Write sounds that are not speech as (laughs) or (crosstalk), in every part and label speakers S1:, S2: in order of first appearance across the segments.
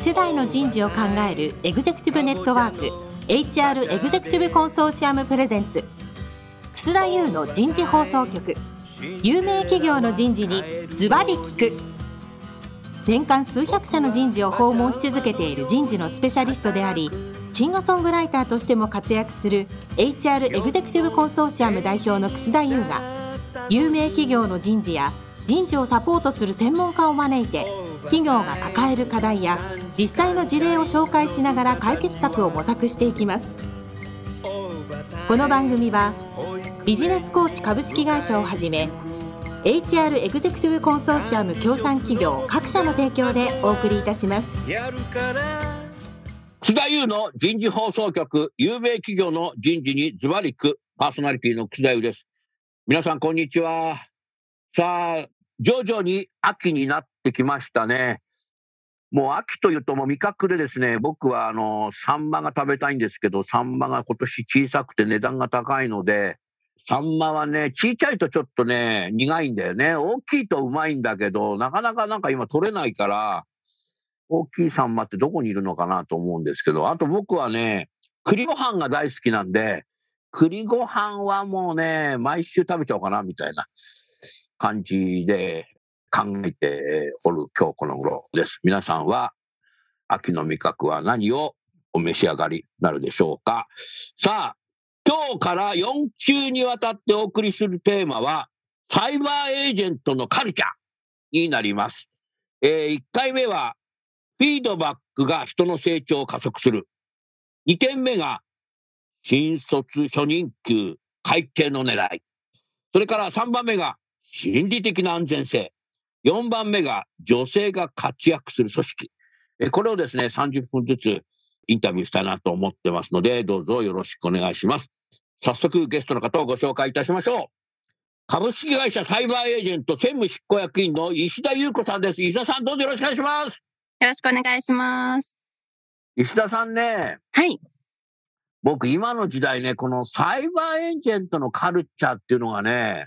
S1: 世代の人事を考えるエグゼクティブネットワーク HR エグゼクティブコンソーシアムプレゼンツ楠田優の人事放送局有名企業の人事にズバリ聞く年間数百社の人事を訪問し続けている人事のスペシャリストでありシンガーソングライターとしても活躍する HR エグゼクティブコンソーシアム代表の楠田優が有名企業の人事や人事をサポートする専門家を招いて企業が抱える課題や実際の事例を紹介しながら解決策を模索していきますこの番組はビジネスコーチ株式会社をはじめ HR エグゼクティブコンソーシアム協賛企業各社の提供でお送りいたします
S2: やるから
S3: 津田優の人事放送局、有名企業の人事にズバリく、パーソナリティの津田優です。皆さん、こんにちは。さあ、徐々に秋になってきましたね。もう秋というと、もう味覚でですね、僕はあの、サンマが食べたいんですけど、サンマが今年小さくて値段が高いので、サンマはね、小さいとちょっとね、苦いんだよね。大きいとうまいんだけど、なかなかなんか今取れないから、大きいサンマってどこにいるのかなと思うんですけど、あと僕はね、栗ご飯が大好きなんで、栗ご飯はもうね、毎週食べちゃおうかなみたいな感じで考えておる今日この頃です。皆さんは秋の味覚は何をお召し上がりになるでしょうか。さあ、今日から4週にわたってお送りするテーマは、サイバーエージェントのカルチャーになります。え1回目は、フィードバックが人の成長を加速する。2点目が、新卒初任給改定の狙い。それから3番目が、心理的な安全性。4番目が、女性が活躍する組織。えこれをですね、30分ずつインタビューしたいなと思ってますので、どうぞよろしくお願いします。早速ゲストの方をご紹介いたしましょう。株式会社サイバーエージェント専務執行役員の石田優子さんです。石田さんどうぞよろしくお願いします。
S4: よろしくお願いします。
S3: 石田さんね、
S4: はい。
S3: 僕今の時代ね、このサイバーエージェントのカルチャーっていうのがね、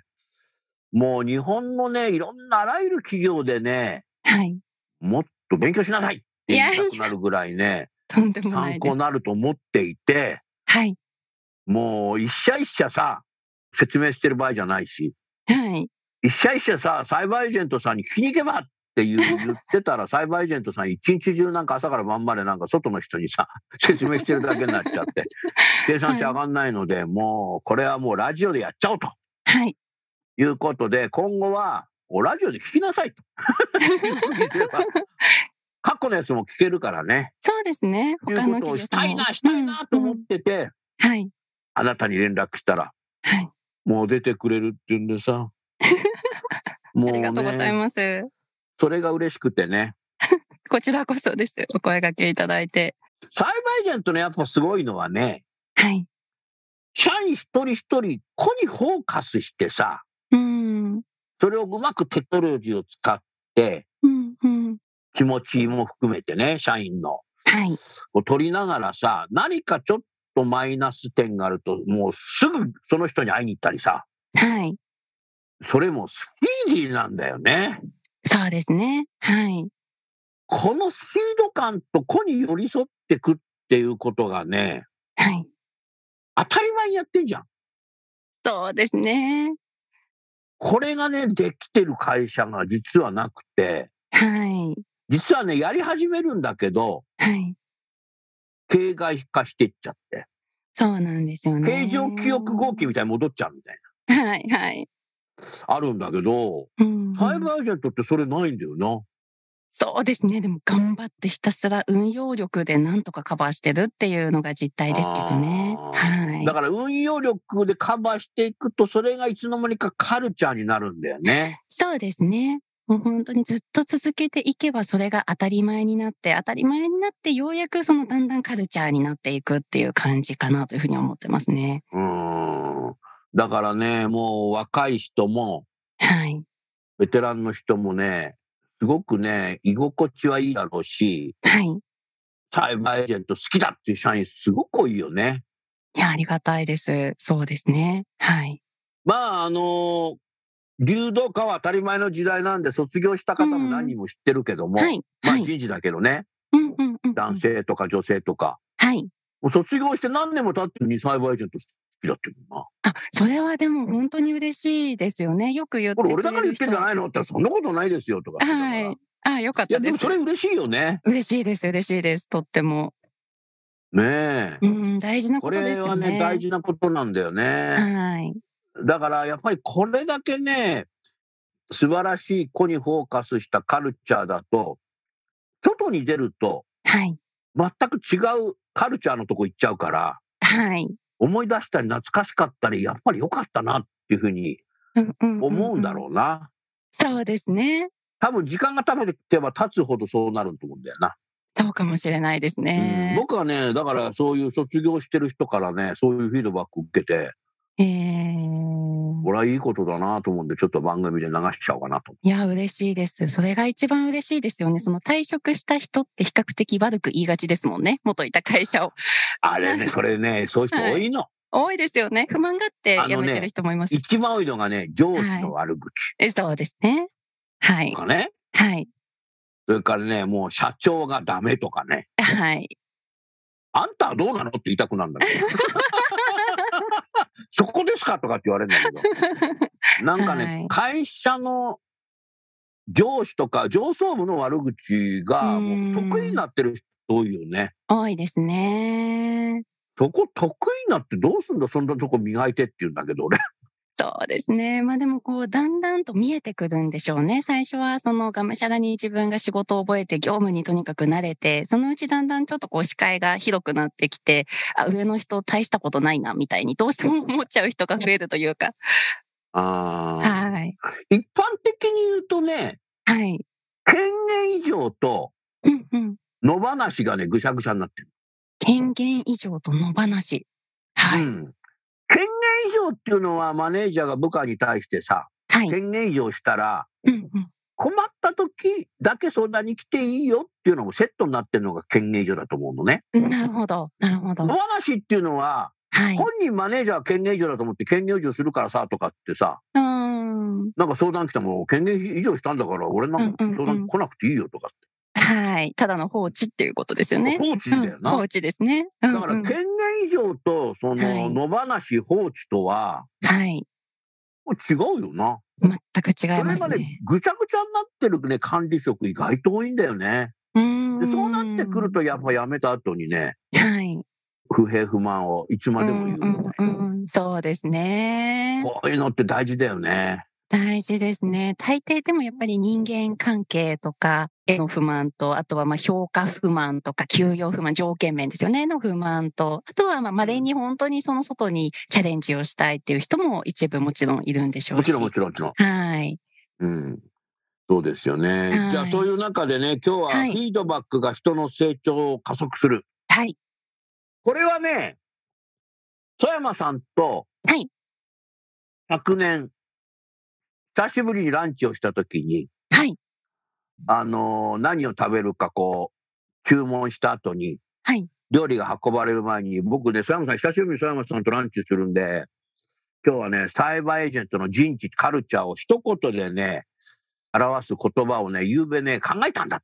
S3: もう日本のね、いろんなあらゆる企業でね、
S4: はい。
S3: もっと勉強しなさいって言いたくなるぐらい
S4: (laughs)
S3: ね、
S4: とんでもな
S3: 参
S4: いで
S3: 考に
S4: す。
S3: なると思っていて、
S4: はい。
S3: もう一社一社さ、説明してる場合じゃないし、
S4: はい。
S3: 一社一社さ、サイバーエージェントさんに聞きに行けばっていう言って
S4: (laughs)
S3: たら、サイバーエージェントさん一日中なんか朝から晩までなんか外の人に
S4: (laughs)
S3: さ、説明してるだけになっちゃって、計算値上がんないので、もうこれはもうラジオでやっちゃおうと
S4: はい。
S3: いうことで、今後はもうラジオで聞きなさ
S4: (laughs)
S3: いと。過去のやつも聞けるからね、
S4: そうですね。
S3: い
S4: 他
S3: う
S4: の
S3: ことを
S4: 企業
S3: した
S4: さん
S3: い
S4: も
S3: な、したいなと思っ
S4: うんうん
S3: てて、
S4: はい。
S3: あなたに連絡したら、
S4: はい。
S3: もう出てくれるって言うんで
S4: (laughs)
S3: さ、も
S4: あ
S3: う
S4: りがとうござい
S3: ね、
S4: ます。
S3: それが嬉しくてね。
S4: こちらこそです。お声掛けいただいて。
S3: サイバーエージェントのやっぱすごいのはね、
S4: はい。
S3: 社員一人一人、個にフォーカスしてさ、
S4: うーん。
S3: それをうまくテクノロジーを使って、
S4: うん。うん。
S3: 気持ちも含めてね、社員の、
S4: はい。
S3: を取りながらさ、何かちょっとマイナス点があると、もうすぐその人に会いに行ったりさ、
S4: はい。
S3: それもスピーディーなんだよね。
S4: そうですね。はい。
S3: このスピード感と個に寄り添ってくっていうことがね、
S4: はい。
S3: 当たり前にやってんじゃん。
S4: そうですね。
S3: これがね、できてる会社が実はなくて、
S4: はい。
S3: 実はね、やり始めるんだけど、
S4: はい。
S3: 形骸化していっちゃって、
S4: そうなんですよね。
S3: 形状記憶合記みたいに戻っちゃうみたい
S4: はい。はい。
S3: な、あるんだけど、
S4: うん。
S3: サイバーエージェントってそれないんだよな。
S4: そうですね。でも頑張ってひたすら運用力でなんとかカバーしてるっていうのが実態ですけどね。
S3: あー
S4: はい
S3: だ。から運用力でカバーしていくと、それがいつの間にかカルチャーになるんだよね。
S4: そうですね。もう本当にずっと続けていけばそれが当たり前になって、当たり前になってようやくそのだんだんカルチャーになっていくっていう感じかなというふうに思ってますね。
S3: うーん。だからね、もう若い人も、
S4: はい。
S3: ベテランの人もね、すごくね、居心地はいいだろうし、
S4: はい。い
S3: サイバーエージェント好きだっていう社員すごく多いよね。
S4: や、ありがたいです。そうですね。はい。
S3: まあ、あの流動化は当たり前の時代なんで、卒業した方も何人も知ってるけども、
S4: はい。
S3: まあ
S4: は
S3: 人
S4: い。
S3: 事だけどね、
S4: うんうんうんうん
S3: 男性とか女性とか。
S4: はい。
S3: もう卒業して何年も経ってる二サイバーエージェント好きだっていうな。
S4: あ、それはでも本当に嬉しいですよね。よく言って
S3: こ
S4: くれ
S3: れ俺
S4: る
S3: だから言ってんじゃないいのって言ったらそんなことないですよとか。
S4: はい。あ、よかっ
S3: いや、
S4: た
S3: で
S4: で
S3: も
S4: す
S3: そ。れ嬉しいよね。
S4: 嬉しいです、嬉しいです。とっても。
S3: ねえ。
S4: うん、大事な
S3: こ
S4: ことで
S3: れ
S4: す
S3: は
S4: よ
S3: ね、
S4: ね。
S3: 大事なことなんだよね。
S4: はい。
S3: だからやっぱりこれだけね、素晴らしい子にフォーカスしたカルチャーだと、外に出ると
S4: はい。
S3: 全く違うカルチャーのとこ行っちゃうから、
S4: はい。
S3: 思い出したり懐かしかったり、やっぱり良かったなっていうふうに
S4: うんうんん
S3: 思うんだろうな。
S4: う。そうですね。
S3: 多分時間が経ってけば経つほどそうなると思うんだよな。
S4: そうかもしれないです
S3: うん
S4: ね。
S3: 僕はね、だからそういう卒業してる人からね、そういうフィードバック受けて、
S4: えー
S3: これはいいことだなと思うんで、ちょっと番組で流しちゃおうかなと。
S4: いや、嬉しいです。それが一番嬉しいですよね。その退職した人って比較的悪く言いがちですもんね。元いた会社を。 (laughs)
S3: あれね、それね、そういう人多いの。
S4: 多いですよね。不満があって辞めてる人もいますし。
S3: 一番多いのがね、上司の悪口
S4: えそうですね。は
S3: と
S4: い。
S3: かね、
S4: はい。
S3: それからね、もう社長がダメとかね、
S4: はい。 (laughs)
S3: あんたはどうなのって言いたくなるんだけど。 (laughs) そこですかとかって言われるんだけど、なんかね、
S4: はい
S3: 会社の上司とか上層部の悪口がもう得意になってる人多いよね。
S4: 多いですね。
S3: そこ得意になってどうすんだ、そんなとこ磨いてって言うんだけど、俺。
S4: そうですね。まあでもこう、だんだんと見えてくるんでしょうね。最初はそのがむしゃらに自分が仕事を覚えて業務にとにかく慣れて、そのうちだんだんちょっとこう視界が広くなってきて、あ、上の人大したことないな、みたいにどうしても思っちゃう人が増えるとい
S3: (laughs)
S4: うか。
S3: あ
S4: はい。
S3: ー一般的に言うとね、
S4: はい。
S3: 権限以上と
S4: うんうん。
S3: 野放しがね、ぐしゃぐしゃになってる。
S4: 権限以上と野放し。はい。
S3: うん権限以上っていうのはマネージャーが部下に対してさ、
S4: はい。
S3: 権限以上したら、
S4: うんうん。
S3: 困った時だけ相談に来ていいよっていうのもセットになってるのが権限以上だと思うのね。
S4: なるほど。なるほど
S3: 野。放しっていうのは、
S4: はい。
S3: 本人マネージャーは権限以上だと思って権限以上するからさとかってさ、
S4: うーん。
S3: なんか相談来ても権限以上したんだから俺なんか
S4: うんうんうん
S3: 相談来なくていいよとかっ
S4: はい。ただの放置っていうことですよ
S3: て、
S4: ね。
S3: 放置だよな。
S4: うん放置ですね。うん
S3: だから
S4: うん
S3: 権限以上とそ
S4: は
S3: の
S4: い
S3: 野放し放置とは
S4: はい。
S3: もう違うよな。
S4: 全く違い
S3: それ
S4: ます
S3: が
S4: ね
S3: ね。、ぐちゃぐちゃになってるね、管理職意外と多いんだよね。
S4: う
S3: でそうなってくると、やっぱ辞めた後にね、
S4: ーん。はい。
S3: 不平不満をいつまでも言うみた
S4: う
S3: い
S4: んう
S3: な。
S4: んうんそうですね。
S3: こういうのって大事だよね。
S4: 大事ですね。大抵でもやっぱり人間関係とかへの不満と、あとはまあ評価不満とか給与不満、条件面ですよね、の不満と、あとはまあ稀に本当にその外にチャレンジをしたいっていう人も一部もちろんいるんでしょうし。
S3: もちろんもちろんもちろん。
S4: はい。
S3: うん。そうですよ
S4: は
S3: ね。
S4: い
S3: じゃあそういう中でね、今日はフ
S4: はい
S3: ィードバックが人の成長を加速する。
S4: はい。
S3: これはね、富山さんと
S4: はい、
S3: 昨年、久しぶりにランチをした時に、
S4: はい。
S3: あのー何を食べるかこう、注文した後に、
S4: はい
S3: 料理が運ばれる前に、僕ね、曽山さん、久しぶりに曽山さんとランチするんで、今日はね、サイバーエージェントの人事、カルチャーを一言でね、表す言葉をね、夕べね、考えたんだ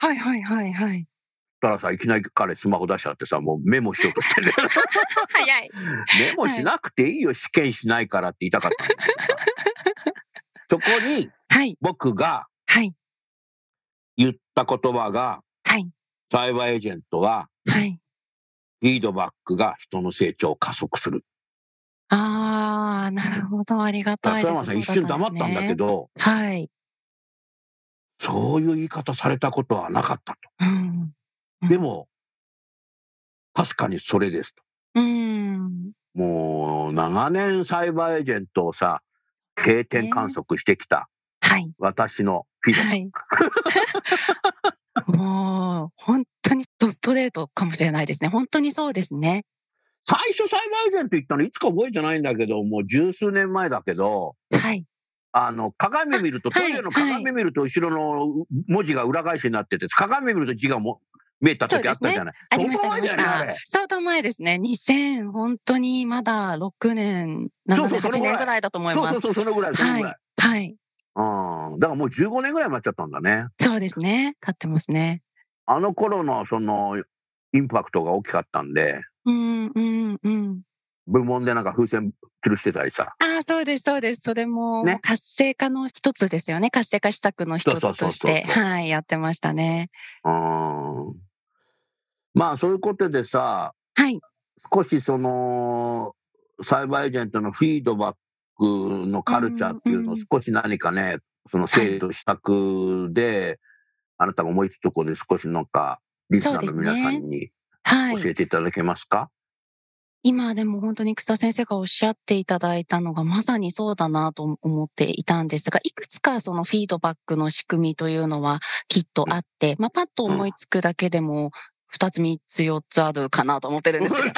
S3: と。
S4: はい (laughs) はいはいはい。
S3: たらさ、いきなり彼スマホ出しちゃってさ、もうメモしようと
S4: (laughs)
S3: してね
S4: 早い。
S3: メモしなくていいよ、試験しないからって言いたかったんだけどさそこに
S4: はい。
S3: 僕が
S4: はい。
S3: 言った言葉が、
S4: はい。
S3: サイバーエージェントは、
S4: はい。
S3: フィードバックが人の成長を加速する。
S4: ああ、なるほど。ありが
S3: だ
S4: た
S3: から
S4: い
S3: 曽
S4: です。
S3: 山さん一瞬
S4: そう
S3: 黙ったんだけ
S4: ど。
S3: ど、
S4: はい。
S3: そういう言い方されたことはなかった
S4: うん。う
S3: と。
S4: ん
S3: でも、確かにそれですと。
S4: うん。
S3: もう長年サイバーエージェントをさ、経点観測してきた
S4: はい。
S3: 私のフィードバック。
S4: はい。 (laughs) もう、本当にドストレートかもしれないですね。本当にそうですね。
S3: 最初サイバーエージェント行ったのいつか覚えてないんだけど、もう十数年前だけど、
S4: はい。
S3: あの、鏡見ると、
S4: あは
S3: ト
S4: い
S3: イレの鏡見ると後ろの文字が裏返しになってて、鏡見ると字がもう見えた時あったじゃない。
S4: ありました、
S3: 相当
S4: あ
S3: 前
S4: りま
S3: だ
S4: し
S3: よねあれ
S4: た。相当前ですね。2000、本当にまだ6年、
S3: そ
S4: 7
S3: うそう
S4: 年、8
S3: そのぐらい
S4: 年ぐらいだと思い
S3: そう
S4: ま
S3: そう
S4: す。
S3: そう、そのぐらい、そのぐらい。
S4: はい。はい。
S3: うんだからもう15年ぐらい待っちゃったんだね。
S4: そうですね。経ってますね。
S3: あの頃のそのインパクトが大きかったんで、
S4: うんうんうん。
S3: 部門でなんか風船吊るしてたりさ、
S4: ああ、そうです、そうです。それも
S3: ね
S4: 活性化の一つですよね。活性化施策の一
S3: そう
S4: つ
S3: そうそう
S4: と
S3: そう
S4: して、はい、やってましたね。
S3: うーんまあそういうことでさ、
S4: はい、
S3: 少しそのサイバーエージェントのフィードバックのカルチャーっていうの
S4: う
S3: を
S4: んうん
S3: 少し何かね、その制度施策で、あなたが思いつくところで少しなんか、リスナーの皆さんに
S4: はい。
S3: 教えていただけますか、
S4: 今でも本当に草先生がおっしゃっていただいたのがまさにそうだなと思っていたんですが、いくつかそのフィードバックの仕組みというのはきっとあって、まあパッと思いつくだけでも、2つ3つ4つあるかなと思ってるんですけど、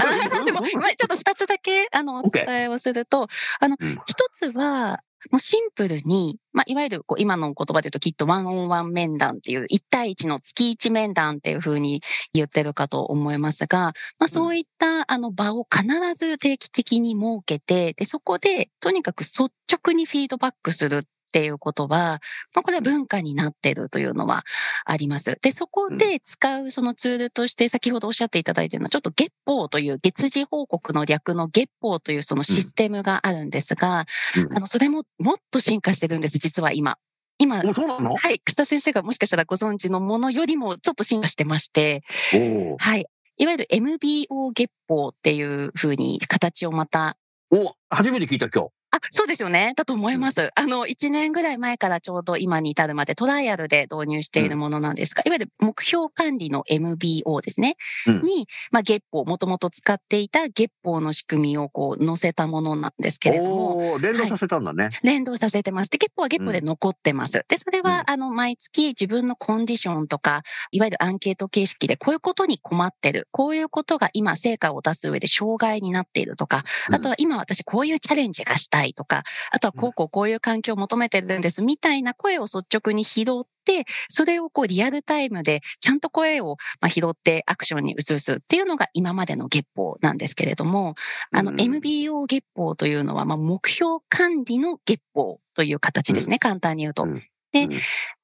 S4: あでも、まあちょっと2つだけあのお
S3: OK
S4: 伝えをすると、あの、
S3: うん
S4: 一つは、もうシンプルに、まあ、いわゆるこう今の言葉で言うときっとワンオンワン面談っていう、一対一の月一面談っていうふうに言ってるかと思いますが、まあ、そういったあの場を必ず定期的に設けて、で、そこでとにかく率直にフィードバックするっていうことは、まあ、これは文化になってるというのはあります。で、そこで使うそのツールとして、先ほどおっしゃっていただいているのは、ちょっと月報という、月次報告の略の月報というそのシステムがあるんですが、
S3: うん
S4: あの、それももっと進化してるんです、実は今。今、
S3: おそうなの
S4: はい、草先生がもしかしたらご存知のものよりもちょっと進化してまして、
S3: おう
S4: はい。いわゆる MBO 月報っていう風に形をまた、
S3: お初めて聞いた今
S4: あ、そうですよね。だと思います。あの、1年ぐらい前からちょうど今に至るまでトライアルで導入しているものなんですが、いわゆる目標管理の MBO ですね。
S3: うん
S4: に、まあ、月報、もともと使っていた月報の仕組みをこう載せたものなんですけ
S3: 日
S4: れども、
S3: おお連動させたんだね、
S4: 連動させてます。で、月報は月報で
S3: う
S4: 残ってます。で、それは、あの、毎月自分のコンディションとか、いわゆるアンケート形式で、こういうことに困ってる。こういうことが今、成果を出す上で障害になっているとか、
S3: うん
S4: あとは今私こういうチャレンジがしたいとか、あとはこうこうこういう環境を求めてるんです、みたいな声を率直に拾って、それをこうリアルタイムでちゃんと声をまあ拾ってアクションに移すっていうのが今までの月報なんですけれども、あの
S3: うん
S4: MBO 月報というのは、まあ、目標管理の月報という形ですね、簡単に言うと。で
S3: うん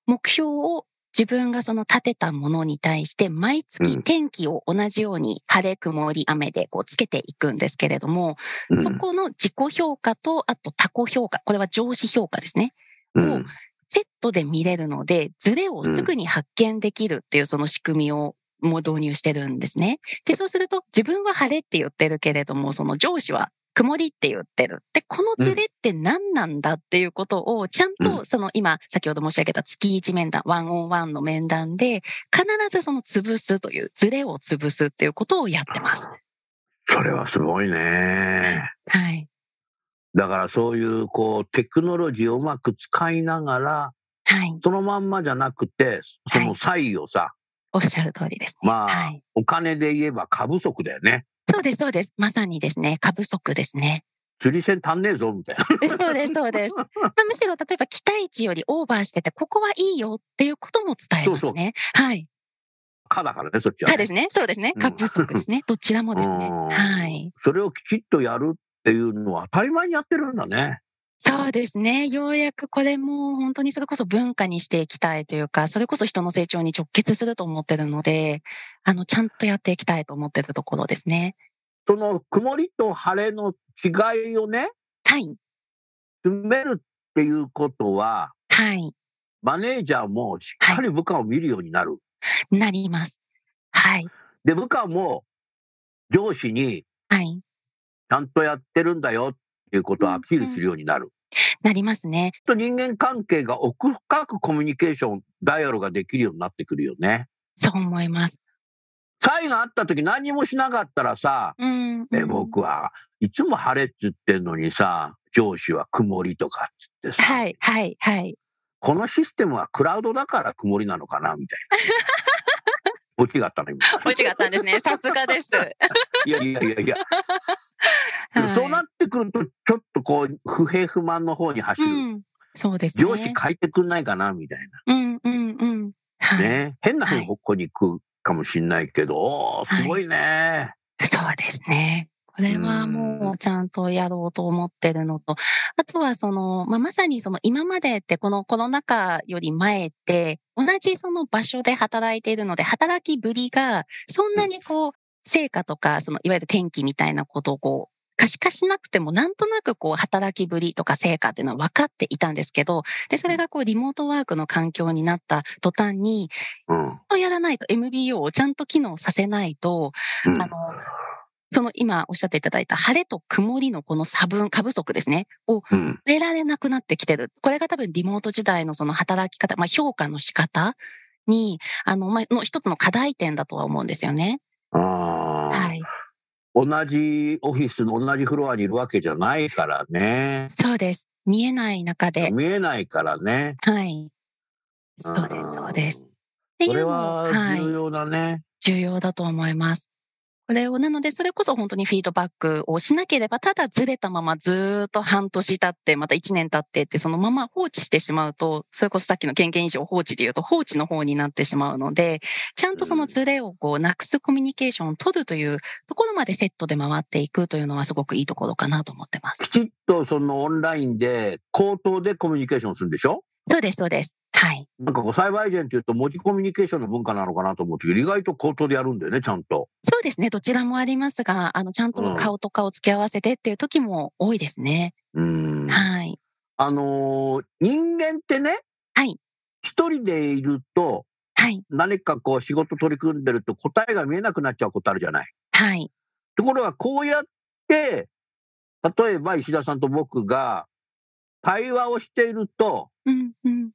S4: 目標を自分がその立てたものに対して、毎
S3: う
S4: 月
S3: ん
S4: 天気を同じように晴れ、曇り、雨でこうつけていくんですけれども、
S3: うん
S4: そこの自己評価と、あと他己評価、これは上司評価ですね。
S3: うん
S4: セットで見れるので、ズレをすぐに発見できるっていうその仕組みをもう導入してるんですね。で、そうすると自分は晴れって言ってるけれども、その上司は曇りって言ってる。で、このズレって何なんだっていうことを、ちゃん
S3: う
S4: とその今、先ほど申し上げた月1面談、ワンオンワンの面談で、必ずその潰すという、ズレを潰すっていうことをやってます。
S3: それはすごいね
S4: はい。
S3: だからそういうこうテクノロジーをうまく使いながら
S4: はい。
S3: そのまんまじゃなくてその差異をさ、
S4: おっしゃる通りですね。
S3: まあ
S4: はい。
S3: お金で言えば過不足だよね
S4: そうです、そうです。まさにですね、過不足ですね。
S3: 釣り線足んねえぞみたいな (laughs)
S4: でそうです、そうです。まあ、むしろ、例えば期待値よりオーバーしてて、ここはいいよっていうことも伝えますね。はい。
S3: かだからねそっちは、
S4: は
S3: ね
S4: ですね。そうですね
S3: う。ん
S4: 過不足です
S3: (laughs)
S4: ね。どちらもですね
S3: うん。
S4: はい。
S3: それをきちっとやるっていうのは当たり前にやってるんだね
S4: そうですね。ようやくこれも本当にそれこそ文化にしていきたいというか、それこそ人の成長に直結すると思ってるので、あの、ちゃんとやっていきたいと思ってるところですね。
S3: その曇りと晴れの違いをね
S4: はい。
S3: 詰めるっていうことは
S4: はい。
S3: マネージャーもしっかり部下を見るようになる、
S4: なります。はい。
S3: で部下も上司に
S4: はい。
S3: ちゃんとやってるんだよっていうことをアピールするようになる、
S4: なりますね。
S3: と人間関係が奥深くコミュニケーションダイアログができるようになってくるよね
S4: そう思います。
S3: 差異があった時何もしなかったらさ、
S4: うん。
S3: ね
S4: うん
S3: 僕はいつも晴れっつってんのにさ上司は曇りとかっつってさ、
S4: はい、はい、はい。
S3: このシステムはクラウドだから曇りなのかなみたい
S4: (laughs)
S3: な。落ちがあったの今。
S4: 間違ったんで
S3: (laughs)
S4: すね。さすがです。
S3: いやいやいやいや、そうな
S4: っ
S3: ってくるとちょっとこう不平不満の方に走
S4: う
S3: る、
S4: ん。そうですね。
S3: 上司変えてくんないかなみたい
S4: うん、うん、うん。
S3: な
S4: はい。
S3: ね、変な
S4: はい (laughs)
S3: 方向に行くかもしれないけど、おーすごいね、
S4: そうですね。ここれはもうちゃんとやろうと思ってるのと、あとはその、まあ、まさにその今までってこのコロナ禍より前って、同じその場所で働いているので、働きぶりがそんなにこう、成果とか、そのいわゆる天気みたいなことをこう、可視化しなくても、なんとなくこう、働きぶりとか成果っていうのは分かっていたんですけど、で、それがこう、リモートワークの環境になった途端に、
S3: うん、
S4: やらないと MBO をちゃんと機能させないと、うん、あの、その今おっしゃっていただいた晴れと曇りのこの差分、過不足ですね、を埋められなくなってきてる。これが多分リモート時代のその働き方、まあ評価の仕方に、あの、まあ、の一つの課題点だとは思うんですよね。
S3: はい。同じオフィスの同じフロアにいるわけじゃないからね。
S4: そうです。見えない中で。
S3: 見えないからね。
S4: はい。そうです、そうです。
S3: それは重要だね、はい、
S4: 重要だと思います。これを、なので、それこそ本当にフィードバックをしなければ、ただずれたままずっと半年経って、また1年経ってって、そのまま放置してしまうと、それこそさっきの権限以上放置で言うと、放置の方になってしまうので、ちゃんとそのずれをこうなくすコミュニケーションを取るというところまでセットで回っていくというのは、すごくいいところかなと思ってます。
S3: きちっとそのオンラインで、口頭でコミュニケーションするんでしょ
S4: そうです、そうです。はい。
S3: なんかこう、栽培人っていうと、文字コミュニケーションの文化なのかなと思うけど、意外と口頭でやるんだよね、ちゃんと。
S4: そうですね、どちらもありますが、あの、ちゃんと顔と顔付き合わせてっていう時も多いですね。
S3: うん。
S4: はい。
S3: あのー、人間ってね、
S4: はい。
S3: 一人でいると、
S4: はい。
S3: 何かこう、仕事取り組んでると答えが見えなくなっちゃうことあるじゃない。
S4: はい。
S3: ところが、こうやって、例えば石田さんと僕が、対話をしていると、
S4: うんうん、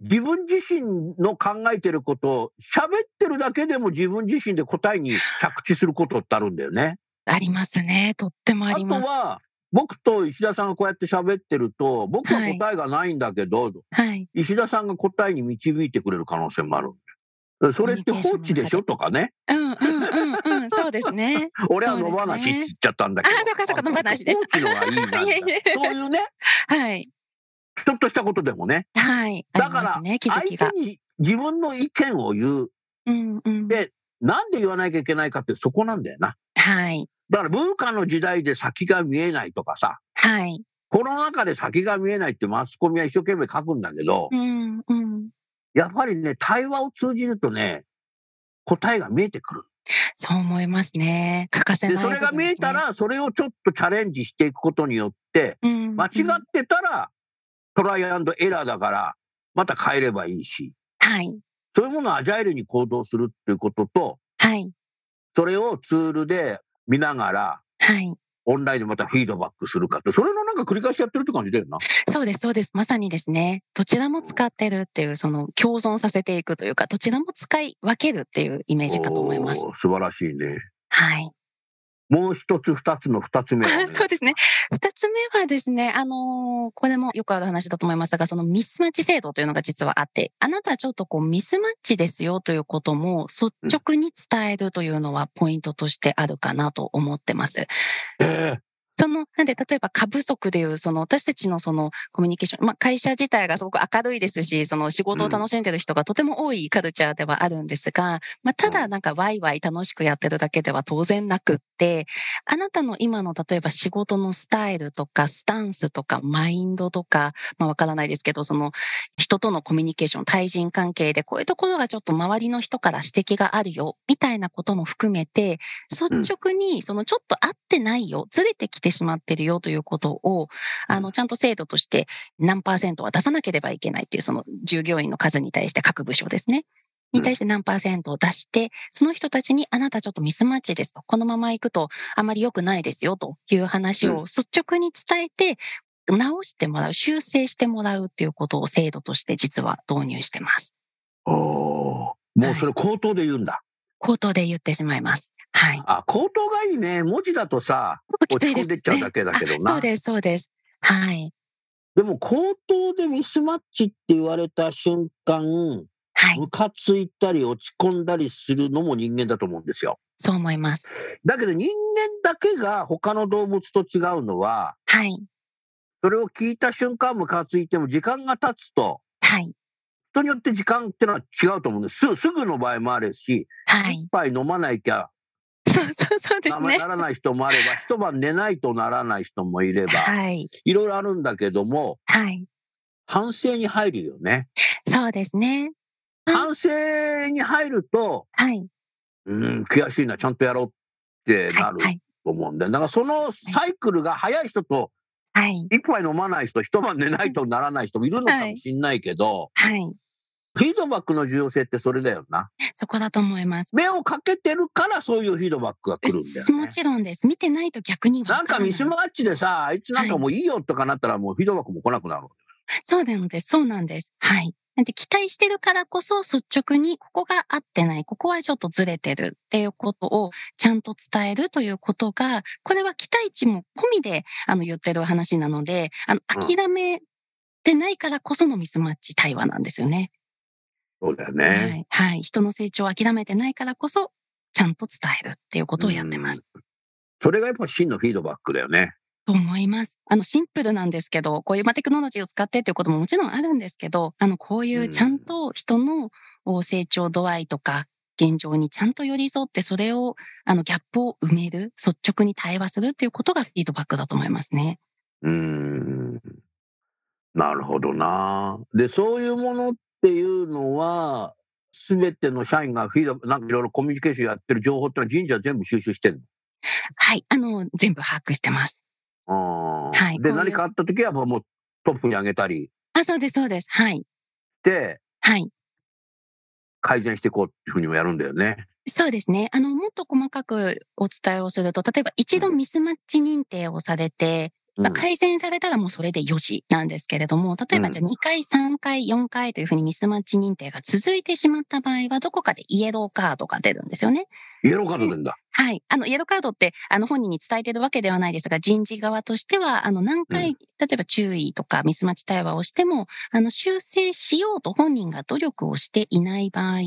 S3: 自分自身の考えてることを喋ってるだけでも自分自身で答えに着地することってあるんだよね。
S4: ありますね。とってもありま
S3: あ
S4: す。
S3: とは僕と石田さんがこうやって喋ってると僕は答えがないんだけど、
S4: はい、
S3: 石田さんが答えに導いてくれる可能性もある。それって放置でしょとかね。
S4: うんうんうんう
S3: (laughs)
S4: ん、そうですね。
S3: 俺は野放しって言っちゃったんだけど。
S4: あ、そうかそうか、野放しで
S3: 放
S4: す。
S3: 置のがいい
S4: (laughs)
S3: ないやいや。そういうね。
S4: はい。
S3: ちょっとしたことでもね。
S4: はい。
S3: だから、ね、相手に自分の意見を言う。
S4: うんうん、
S3: で、なんで言わなきゃいけないかってそこなんだよな。
S4: はい。
S3: だから文化の時代で先が見えないとかさ。
S4: はい。
S3: コロナ禍で先が見えないってマスコミは一生懸命書くんだけど、
S4: うんうん、
S3: やっぱりね、対話を通じるとね、答えが見えてくる。
S4: そう思いますね。欠かせない、ね、
S3: それが見えたら、それをちょっとチャレンジしていくことによって、
S4: うんうん、
S3: 間違ってたら、トライアンドエラーだから、また変えればいいし、
S4: はい、
S3: そういうものをアジャイルに行動するっていうことと、
S4: はい、
S3: それをツールで見ながら、
S4: はい、
S3: オンラインでまたフィードバックするかって、それのなんか繰り返しやってるって感じだよな。
S4: そうです、そうです。まさにですね、どちらも使ってるっていう、その共存させていくというか、どちらも使い分けるっていうイメージかと思います。
S3: 素晴らしいね。
S4: はい。
S3: もう一つ、二つの二つ目、ね、
S4: (laughs) そうですね。二つ目はですね、あのー、これもよくある話だと思いますが、そのミスマッチ制度というのが実はあって、あなたはちょっとこうミスマッチですよということも率直に伝えるというのはポイントとしてあるかなと思ってます。
S3: うん、
S4: その、なんで、例えば過不足でいう、その私たちのそのコミュニケーション、まあ会社自体がすごく明るいですし、その仕事を楽しんでる人がとても多いカルチャーではあるんですが、まあただなんかワイワイ楽しくやってるだけでは当然なくって、あなたの今の例えば仕事のスタイルとかスタンスとかマインドとか、まあわからないですけど、その人とのコミュニケーション、対人関係でこういうところがちょっと周りの人から指摘があるよ、みたいなことも含めて、率直にそのちょっと合ってないよ、ずれてきててしまってるよということを、あの、ちゃんと制度として何パーセントは出さなければいけないっていう、その従業員の数に対して各部署ですね。に対して何パーセントを出して、その人たちにあなたちょっとミスマッチですと。このまま行くとあまり良くないですよという話を率直に伝えて、直してもらう、修正してもらうっていうことを制度として実は導入してます。
S3: おもうそれ口頭で言うんだ。はい
S4: 口頭で言ってしまいます。はい。
S3: あ、口頭がいいね。文字だとさ、落ち込んでっちゃうだけだけどな。ね、
S4: そうです、そうです。はい。
S3: でも口頭でミスマッチって言われた瞬間、
S4: はい、
S3: ムカついたり落ち込んだりするのも人間だと思うんですよ。
S4: そう思います。
S3: だけど人間だけが他の動物と違うのは、
S4: はい。
S3: それを聞いた瞬間ムカついても時間が経つと、
S4: はい。
S3: 人によって時間ってのは違うと思うんです。すぐの場合もあるし、
S4: はい、
S3: 一杯飲まないきゃ
S4: そうそうそうです
S3: あんまり
S4: ね。
S3: ならない人もあれ
S4: (laughs)
S3: ば、一晩寝ないとならない人もいれば、
S4: はい。
S3: いろいろあるんだけども、
S4: はい。
S3: 反省に入るよね。
S4: そうですね。
S3: 反省に入ると、
S4: はい。
S3: うん、悔しいな、ちゃんとやろうってな
S4: はい。
S3: る
S4: はい。
S3: と思うんで、だからそのサイクルが早い人と、
S4: はい。
S3: 一杯飲まない人、一晩寝ないとならない人もいるのかもしれないけど、
S4: はい。
S3: フィードバックの重要性ってそれだよな。
S4: そこだと思います。
S3: 目をかけてるから、そういうフィードバックが来るんだよ
S4: も
S3: ね。
S4: ちろんです。見てないと逆にわ
S3: なん
S4: から
S3: か
S4: ない
S3: ミスマッチでさ、あいつなんかもういいよとかなったら、もうフィードバックも来なくなる。
S4: そうなのです。そうなんです。はい。なんで期待してるからこそ率直にここが合ってない、ここはちょっとずれてるっていうことをちゃんと伝えるということが、これは期待値も込みであの言ってる話なので、あの
S3: うん
S4: 諦めてないからこそのミスマッチ対話なんですよね。
S3: そうだよ
S4: は
S3: ね。
S4: い。はい。人の成長を諦めてないからこそちゃんと伝えるっていうことをやってます。
S3: それがやっぱ真のフィードバックだよね。
S4: と思います。あの、シンプルなんですけど、こういうまあテクノロジーを使ってっていうことももちろんあるんですけど、あの、こうい
S3: うん
S4: うちゃんと人のお成長度合いとか、現状にちゃんと寄り添って、それを、あの、ギャップを埋める、率直に対話するっていうことがフィードバックだと思いますね。
S3: うーん。なるほどな。で、そういうものっていうのは、すべての社員がフィードバック、なんかいろいろコミュニケーションやってる情報ってのは神社は全部収集してる
S4: はい。あの、全部把握してます。
S3: の。あー
S4: はい
S3: で、
S4: こういう
S3: 何かあった時はもうもうトップに上げたり
S4: あ、そうです、そうです。はい。
S3: して、
S4: はい。
S3: 改善していこうっていうふうにもやるんだよね。
S4: そうですね。あの、もっと細かくお伝えをすると、例えば一度ミスマッチ認定をされて、
S3: うん
S4: まあ改善されたらもうそれでよしなんですけれども、例え
S3: う
S4: ば
S3: ん
S4: じゃあ2回、3回、4回というふうにミスマッチ認定が続いてしまった場合は、どこかでイエローカードが出るんですよね。
S3: イエローカードなんだ。
S4: はい。あの、イエローカードって、あの、本人に伝えてるわけではないですが、人事側としては、あの、何
S3: う
S4: 回、例えば注意とかミスマッチ対話をしても、あの、修正しようと本人が努力をしていない場合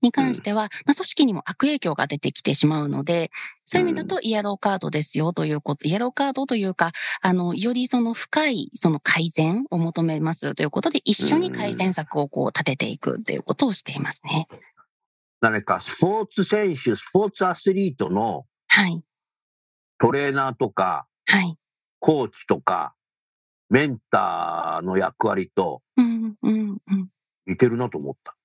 S4: に関しては、まあ、組織にも悪影響が出てきてしまうので、そういう意味だと、イエローカードですよということ、イエローカードというか、あの、よりその深い、その改善を求めますということで、一緒に改善策をこう立てていくっていうことをしていますね。
S3: 何かスポーツ選手、スポーツアスリートの
S4: はい。
S3: トレーナーとか、
S4: はい。
S3: コーチとか、メンターの役割と
S4: うん、うん、うん。
S3: 似てるなと思った。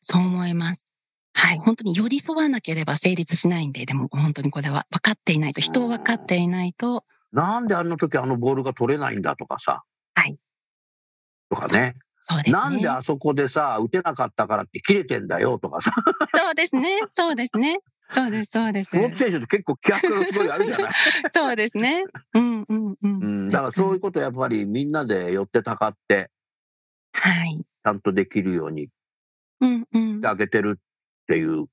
S4: そう思います。はい。本当に寄り添わなければ成立しないんで、でも本当にこれは分かっていないと、人を分かっていないと、
S3: なんであの時あのボールが取れないんだとかさ。
S4: はい。
S3: とかね。
S4: そうですね。
S3: なんであそこでさ、打てなかったからって切れてんだよとかさ。
S4: そうですね。そうですね。そうです、そうで
S3: (laughs)
S4: す
S3: スポ。ーツ選手って結構気迫がすごいあるじゃない。
S4: そうですね。うん、うん、 (laughs) う。
S3: うんん、だからそういう
S4: う。
S3: ことやっぱりみんなで寄ってたかって、
S4: はい。
S3: ちゃんとできるように
S4: うん、うん。
S3: あげてるっていう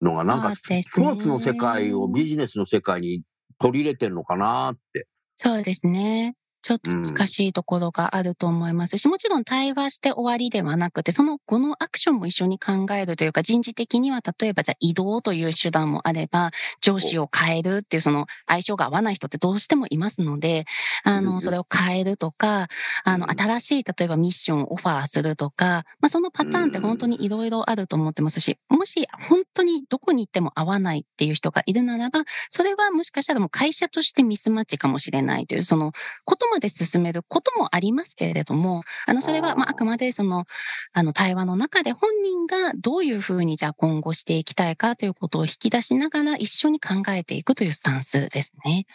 S3: のが、なんか
S4: そうです
S3: ス
S4: ね
S3: ポーツの世界をビジネスの世界に取り入れてるのかなって。
S4: そうですね。ちょっと難しいところがあると思いますし、もちろん対話して終わりではなくて、その後のアクションも一緒に考えるというか、人事的には例えばじゃあ移動という手段もあれば、上司を変えるっていうその相性が合わない人ってどうしてもいますので、あ
S3: うんうん
S4: の、それを変えるとか、あの、
S3: うん
S4: 新しい例えばミッションをオファーするとか、まあそのパターンって本当にいろいろあると思ってますし、もし本当にどこに行っても合わないっていう人がいるならば、それはもしかしたらもう会社としてミスマッチかもしれないという、そのことまで進めることもありますけれども、あの、それ
S3: あ
S4: は、
S3: ー
S4: まあ、あくまでその、あの、対話の中で本人がどういうふうにじゃあ今後していきたいかということを引き出しながら一緒に考えていくというスタンスですね。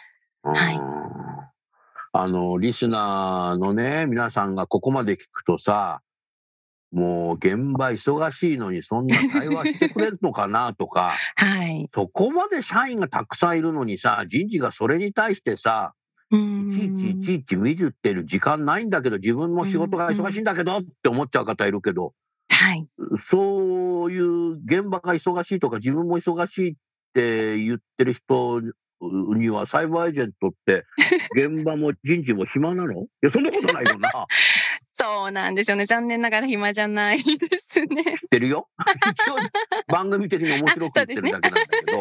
S4: はい
S3: うんあの、リスナーのね、皆さんがここまで聞くとさ、もう現場忙しいのにそんな対話してくれるのかなと
S4: (laughs)
S3: か、 (laughs)
S4: はい。
S3: そこまで社員がたくさんいるのにさ、人事がそれに対してさ、
S4: う
S3: いちいちい
S4: ん。
S3: ちいち見るってる時間ないんだけど、自分も仕事が忙しいんだけどって思っちゃう方いるけど、
S4: はい。
S3: そういう現場が忙しいとか、自分も忙しいって言ってる人には、サイバーエージェントって、現場も人事も暇なのい (laughs) や、そんなことないよな。知
S4: そうなんですよね。残念ながら暇じゃないですね。
S3: ってるよ。 (laughs) 一応、番組的に面白く言ってるだけなんだ
S4: (laughs)
S3: け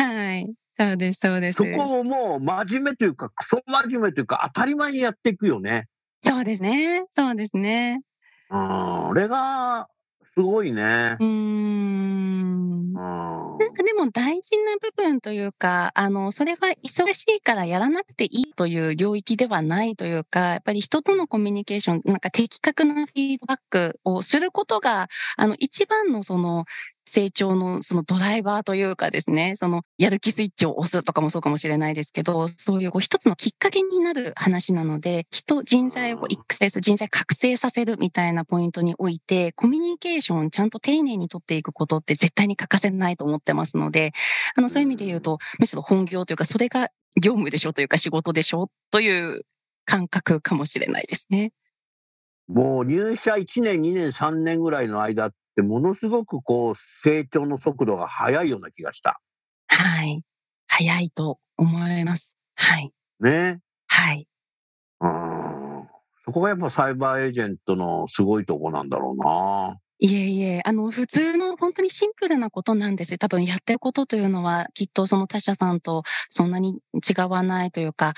S3: ど、
S4: はい。そうです、そうです
S3: そ。こをもう真面目というか、クソ真面目というか、当たり前にやっていくよね。
S4: そうですね。そうですね。
S3: うん、あれが、すごいね
S4: う。
S3: う。
S4: ーん
S3: ん
S4: なんかでも大事な部分というか、あの、それは忙しいからやらなくていいという領域ではないというか、やっぱり人とのコミュニケーション、なんか的確なフィードバックをすることが、あの、一番のその、成長のそのドライバーというかですね、そのやる気スイッチを押すとかもそうかもしれないですけど、そういうこう一つのきっかけになる話なので、人、人材を育成する、人材覚醒させるみたいなポイントにおいて、コミュニケーションちゃんと丁寧に取っていくことって絶対に欠かせないと思ってますので、あの、そういう意味で言うと、むしろ本業というか、それが業務でしょというか仕事でしょという感覚かもしれないですね。
S3: もう入社1年、2年、3年ぐらいの間って、ものすごくこう成長の速度が速いような気がした。
S4: はい。早いと思います。はい。
S3: ね。
S4: はい。
S3: うん。そこがやっぱサイバーエージェントのすごいとこなんだろうな。
S4: いえいえ、あの、普通の本当にシンプルなことなんですよ。多分やってることというのは、きっとその他社さんとそんなに違わないというか、っ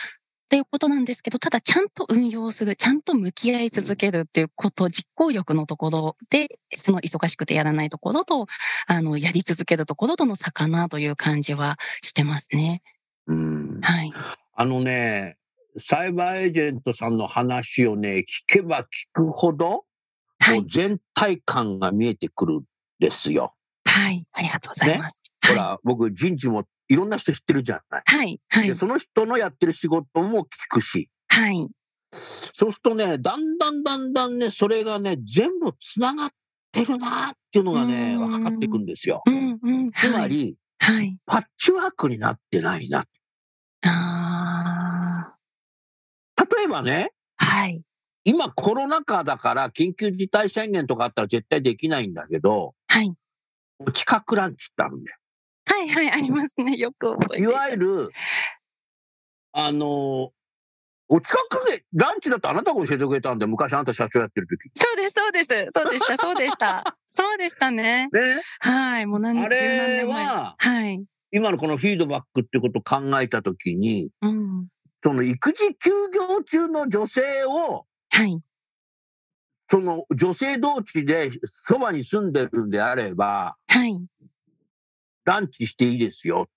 S4: ていうことなんですけど、ただちゃんと運用する、ちゃんと向き合い続けるっていうこと、実行力のところで、その忙しくてやらないところと、あの、やり続けるところとの差かなという感じはしてますね。
S3: うん。
S4: はい。
S3: あのね、サイバーエージェントさんの話をね、聞けば聞くほど、はい、全体感が見えてくるんですよ。
S4: はい、ありがとうございます。
S3: ね、ほら、はい、僕人事もいろんな人知ってるじゃない。
S4: はい、はい、
S3: でその人のやってる仕事も聞くし。
S4: はい。
S3: そうするとね、だんだんだんだんね、それがね、全部つながってるなっていうのがね、分かっていくんですよ。
S4: うんうん、
S3: つまり、
S4: はい、
S3: パッチワークになってないな。
S4: あ
S3: 例えばね、
S4: はい、
S3: 今コロナ禍だから緊急事態宣言とかあったら絶対できないんだけど、
S4: はい、
S3: 企画ランチってあるんだよ。
S4: はいはい、ありますね。よく覚えて
S3: いわゆる、あの、お近くで、ランチだとあなたが教えてくれたんで、昔あなた社長やってる時。
S4: そうです、そうです。そうでした、そうでした。
S3: (laughs)
S4: そうでしたね。
S3: ね。
S4: はい、もう何
S3: あれは、
S4: はい。
S3: 今のこのフィードバックってことを考えた時に、
S4: うん、
S3: その育児休業中の女性を、
S4: はい。
S3: その女性同士でそばに住んでるんであれば、
S4: はい。
S3: ランチしていいですよ。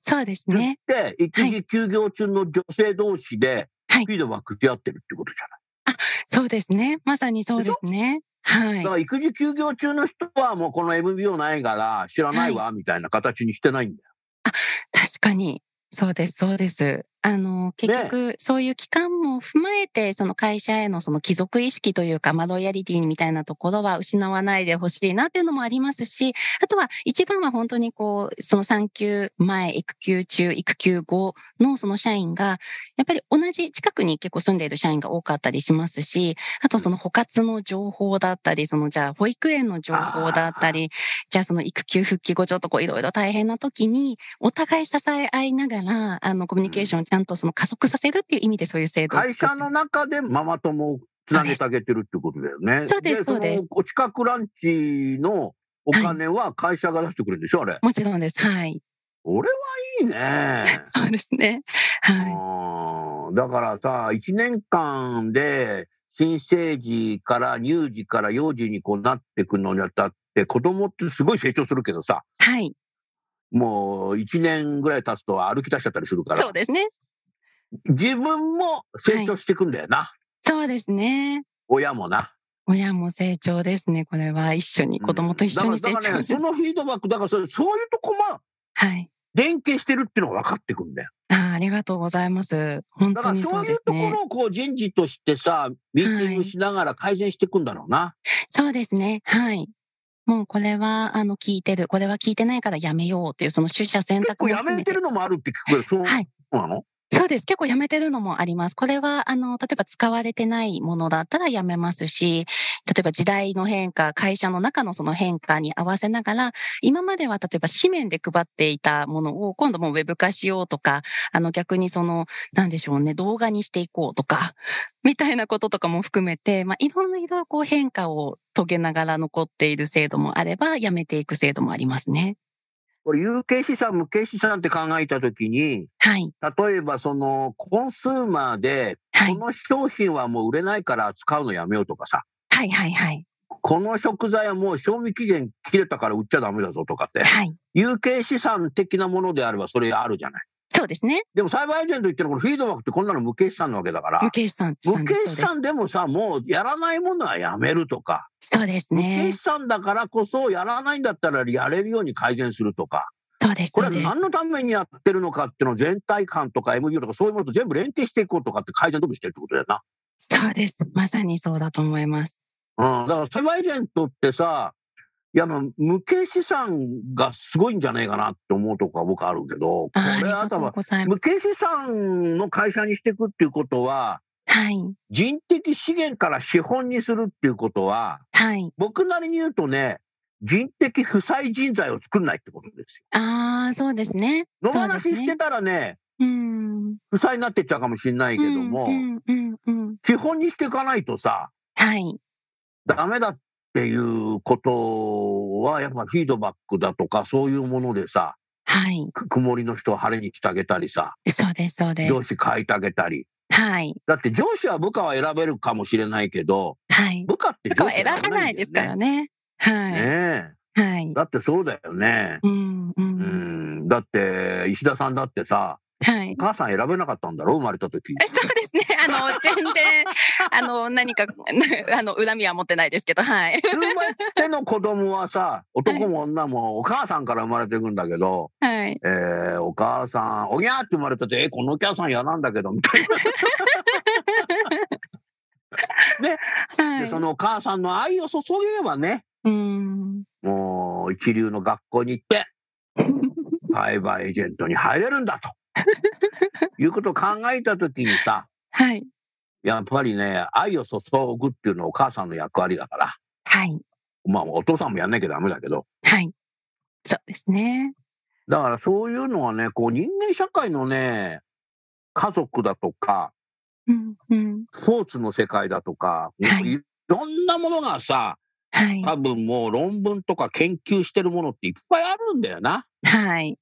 S4: そうですね。
S3: で、育児休業中の女性同士で、フィードバックし合ってるってことじゃ
S4: ない、はい、あ、そうですね。まさにそうですね。はい。
S3: だから育児休業中の人はもうこの MBO ないから知らないわ、みたいな形にしてないんだよ。
S4: はい、あ、確かに。そうです、そうです。あの、結局、そういう期間も踏まえて、その会社へのその帰属意識というか、まあ、ロイヤリティみたいなところは失わないでほしいなっていうのもありますし、あとは一番は本当にこう、その産休前、育休中、育休後のその社員が、やっぱり同じ近くに結構住んでいる社員が多かったりしますし、あとその補活の情報だったり、そのじゃあ保育園の情報だったり、じゃあその育休復帰後ちょっとこういろいろ大変な時に、お互い支え合いながら、あの、コミュニケーションちゃんとその加速させるっていう意味でそういう制度
S3: 会社の中でママ友をつなげてあげてるってことだよね。
S4: そうです、そうです。
S3: お近くランチのお金は会社が出してくれるんでしょ、はい、あれ。
S4: もちろんです。はい。
S3: 俺はいいね。。
S4: (laughs) そうですね。はい
S3: だからさ、1年間で新生児から乳児から幼児にこうなってくのにあたって、子供ってすごい成長するけどさ。
S4: はい。
S3: もう1年ぐらい経つと歩き出しちゃったりするから。
S4: そうですね。、
S3: 自分も成長していくんだよな、はい
S4: そうですね
S3: 親もな
S4: 親も成長ですねこれは一緒に子供と一緒に成長、うん、だから
S3: ねそのフィードバックだからそういうとこも
S4: はい
S3: 連携してるっていうのが分かってくんだよ
S4: あありがとうございます本当に
S3: そう、
S4: です、
S3: ね、だからそういうところをこう人事としてさミーティングしながら改善していくんだろうな、はい
S4: そうですねはいもうこれはあの聞いてるこれは聞いてないからやめようっていうその取捨選択結
S3: 構やめてるのもあるって聞くけどはいそうなの
S4: そうです。結構やめてるのもあります。これは、あの、例えば使われてないものだったらやめますし、例えば時代の変化、会社の中のその変化に合わせながら、今までは例えば紙面で配っていたものを今度もウェブ化しようとか、あの逆にその、なんでしょうね、動画にしていこうとか、 (laughs) みたいなこととかも含めて、まあいろいろこう変化を遂げながら残っている制度もあれば、やめていく制度もありますね。
S3: これ有形資産無形資産って考えた時に、
S4: はい、
S3: 例えばそのコンスーマーで、この商品はもう売れないから使うのやめようとかさ、
S4: はいはいはい、はい、
S3: この食材はもう賞味期限切れたから売っちゃダメだぞとか (laughs) って、
S4: はい。
S3: 有形資産的なものであればそれあるじゃない。
S4: そうですね。
S3: でも栽培エージェント言ってるこれフィードバックってこんなの無形資産なわけだから
S4: 無。形資産。
S3: 無形
S4: そう
S3: 資
S4: です
S3: 産でもさ、もうやらないものはやめるとか、
S4: そうです
S3: 無形
S4: ね
S3: 資。産だからこそやらないんだったらやれるように改善するとか、
S4: そうです。
S3: これ
S4: そ
S3: は
S4: うです。
S3: 何のためにやってるのかっていうのを全体感とか MU とかそういうものと全部連携していこうとかって改善とかしてるってことだよな。
S4: そうです。まさにそうだと思います。
S3: うん、だからサバエージェントってさ、いや、あの無形資産がすごいんじゃないかなって思うとこは僕あるけど、こ
S4: あーあり
S3: れ
S4: が
S3: あ
S4: と
S3: と
S4: う
S3: は
S4: ございます。
S3: 無形資産の会社にしていくっていうことは、
S4: はい。
S3: 人的資源から資本にするっていうことは、
S4: はい。
S3: 僕なりに言うとね、人的不採人材を作んないってことです
S4: ああ、そうですね。
S3: よ。野
S4: そう
S3: 放
S4: です
S3: し
S4: ね
S3: してたらね、
S4: うん。
S3: 不採になってっちゃうかもしれないけども、
S4: うんうんうんうん。
S3: 資本にしていかないとさ、
S4: はい。
S3: ダメだっていうことは、やっぱフィードバックだとか、そういうものでさ、
S4: はい。
S3: く曇りの人を晴れにしてあげたりさ、
S4: そうです、そうで
S3: 上
S4: す。
S3: 司変えてあげたり。
S4: はい。
S3: だって上司は部下は選べるかもしれないけど、
S4: はい。
S3: 部下って
S4: と
S3: 上
S4: か
S3: 司
S4: は選ばないですから
S3: ね。
S4: ね。はい。
S3: ね
S4: はい
S3: え。。だってそうだよね。
S4: うんう。
S3: うんん、だって石田さんだってさ、
S4: はい。 (laughs)
S3: 母さん選べなかったんだろ、生まれた時。
S4: えそうですね。あの、全然、あの、何か、 (laughs) なあの、恨みは持ってないですけど、はい。
S3: 生まれての子供はさ、男も女もお母さんから生まれていくんだけど、
S4: はい。
S3: えーお母さん、おぎゃーって生まれてて、えこのお母さん嫌なんだけど、みたいな。
S4: は
S3: で、そ
S4: い。
S3: のお母さんの愛を注げばね、
S4: うん。
S3: もう一流の学校に行って、栽培エージェントに入れるん
S4: (laughs)
S3: だと。いうことを考えた時にさ、
S4: (laughs) はい。
S3: やっぱりね、愛を注ぐっていうのはお母さんの役割だから、
S4: はい。
S3: まあお父さんもやんなきゃダメだけど、
S4: はい。そうですね。
S3: だからそういうのはね、こう人間社会のね、家族だとか、
S4: うん。うん。
S3: スポーツの世界だとか、
S4: はい
S3: いろんなものがさ、
S4: はい。
S3: 多分もう論文とか研究してるものっていっぱいあるんだよな。
S4: はい。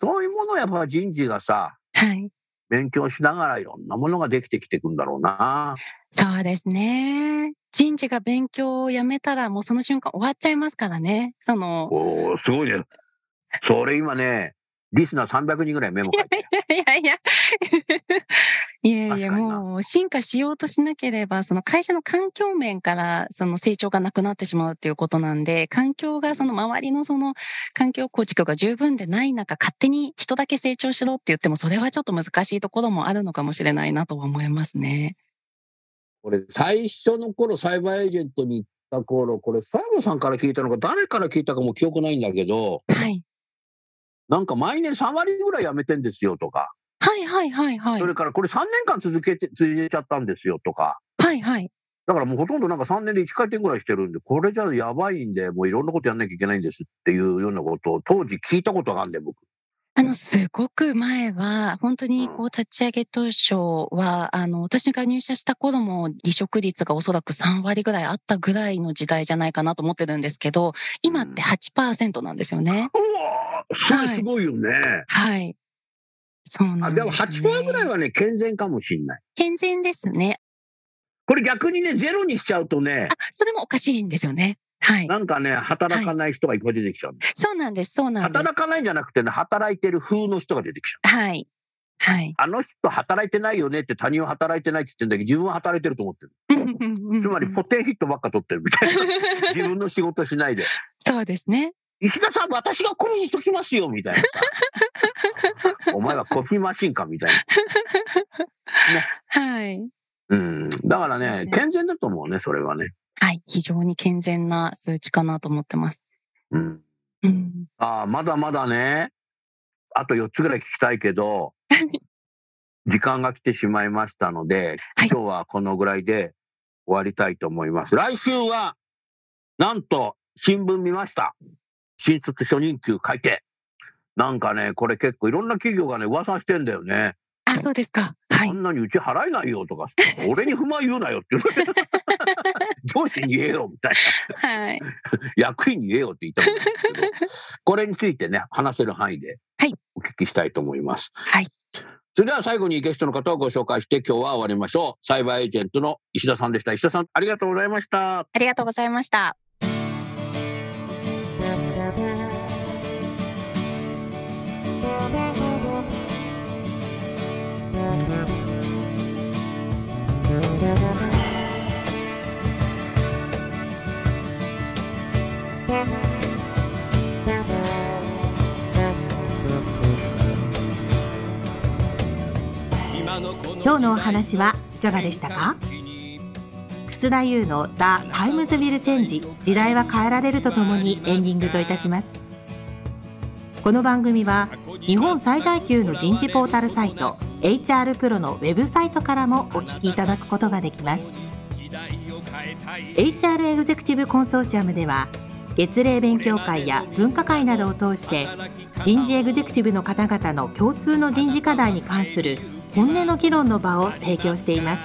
S3: そういうものをやっぱ人事がさ、
S4: はい。
S3: 勉強しながらいろんなものができてきてくんだろうな。
S4: そうですね。人事が勉強をやめたら、もうその瞬間終わっちゃいますからね。その、
S3: おーすごいね。それ今ね、リスナー300人ぐらいメモ書いてる。
S4: (laughs) いやいや。いやいや、
S3: 確かにな
S4: もう進化しようとしなければ、その会社の環境面からその成長がなくなってしまうっていうことなんで、環境がその周りのその環境構築が十分でない中、勝手に人だけ成長しろって言っても、それはちょっと難しいところもあるのかもしれないなとは思いますね。
S3: これ最初の頃、サイバーエージェントに行った頃、これ、サイボさんから聞いたのか、誰から聞いたかも記憶ないんだけど、
S4: はい。
S3: なんか毎年3割ぐらい辞めてんですよとか、
S4: はいはいはいはい
S3: そ。れからこれ3年間続けて、続けちゃったんですよとか、
S4: はいはい。
S3: だからもうほとんどなんか3年で1回転ぐらいしてるんで、これじゃやばいんで、もういろんなことやんなきゃいけないんですっていうようなことを当時聞いたことがあるんで、僕。
S4: あの、すごく前は、本当にこう、立ち上げ当初は、あの、私が入社した頃も離職率がおそらく3割ぐらいあったぐらいの時代じゃないかなと思ってるんですけど、今って8%なんですよね。
S3: うわーそれすごいよね。
S4: はい。そうな
S3: あ
S4: ん
S3: で
S4: です、
S3: も
S4: ね。
S3: 8%ぐらいはね、健全かもしんない。
S4: 健全ですね。
S3: これ逆にね、ゼロにしちゃうとね
S4: あ、、それもおかしいんですよね。はい。
S3: なんかね、働かない人がいっぱい出てきちゃうんだ
S4: そうなんです、そうなんです
S3: 働。かないんじゃなくてね、働いてる風の人が出てきちゃう。
S4: はい。はい。
S3: あの人働いてないよねって他人は働いてないって言ってんだけど、自分は働いてると思ってる。つまりポテンヒットばっか取ってるみたいな。
S4: (laughs)
S3: 自分の仕事しないで。
S4: そうですね。
S3: 石田さん、私がコピーしときますよみたいな
S4: (laughs)
S3: さ。お前はコピーマシンかみたいな。
S4: はい。
S3: うん。だからね
S4: ね、
S3: 健全だと思うね、それはね。
S4: はい。非常に健全な数値かなと思ってます。
S3: うん。
S4: うん。
S3: ああ、まだまだね、あと4つぐらい聞きたいけど、時間が来てしまいましたので、
S4: はい
S3: 今日はこのぐらいで終わりたいと思います。来週は、なんと、新聞見ました。新卒初任給改定。なんかね、これ結構いろんな企業がね、噂してんだよね。
S4: あ、そうですか。はい
S3: こ。んなにうち払えないよとか、俺に不満言うなよって言
S4: (laughs)
S3: う上司に言えよみたい
S4: はい。
S3: な、役員に言えよって言いたいんです
S4: (laughs)
S3: けど、これについてね、話せる範囲で
S4: はい
S3: お聞きしたいと思います。
S4: はい
S3: それでは最後にゲストの方をご紹介して今日は終わりましょう。サイバーエージェントの石田さんでした。石田さん、ありがとうございました。
S4: ありがとうございました。
S1: 今日のお話はいかがでしたか楠田優の「ザ・タイムズ・ビル・チェンジ時代は変えられる」とともにエンディングといたしますこの番組は日本最大級の人事ポータルサイト HR プロのウェブサイトからもお聞きいただくことができます HR エグゼクティブコンソーシアムでは月例勉強会や分科会などを通して人事エグゼクティブの方々の共通の人事課題に関する本音の議論の場を提供しています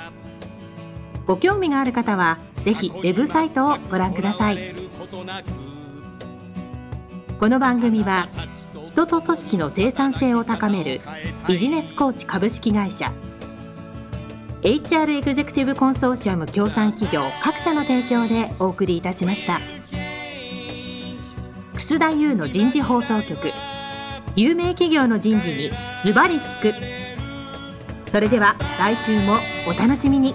S1: ご興味がある方はぜひウェブサイトをご覧くださいこの番組は人と組織の生産性を高めるビジネスコーチ株式会社 HR エグゼクティブコンソーシアム協賛企業各社の提供でお送りいたしました楠田優の人事放送局有名企業の人事にズバリ聞くそれでは来週もお楽しみに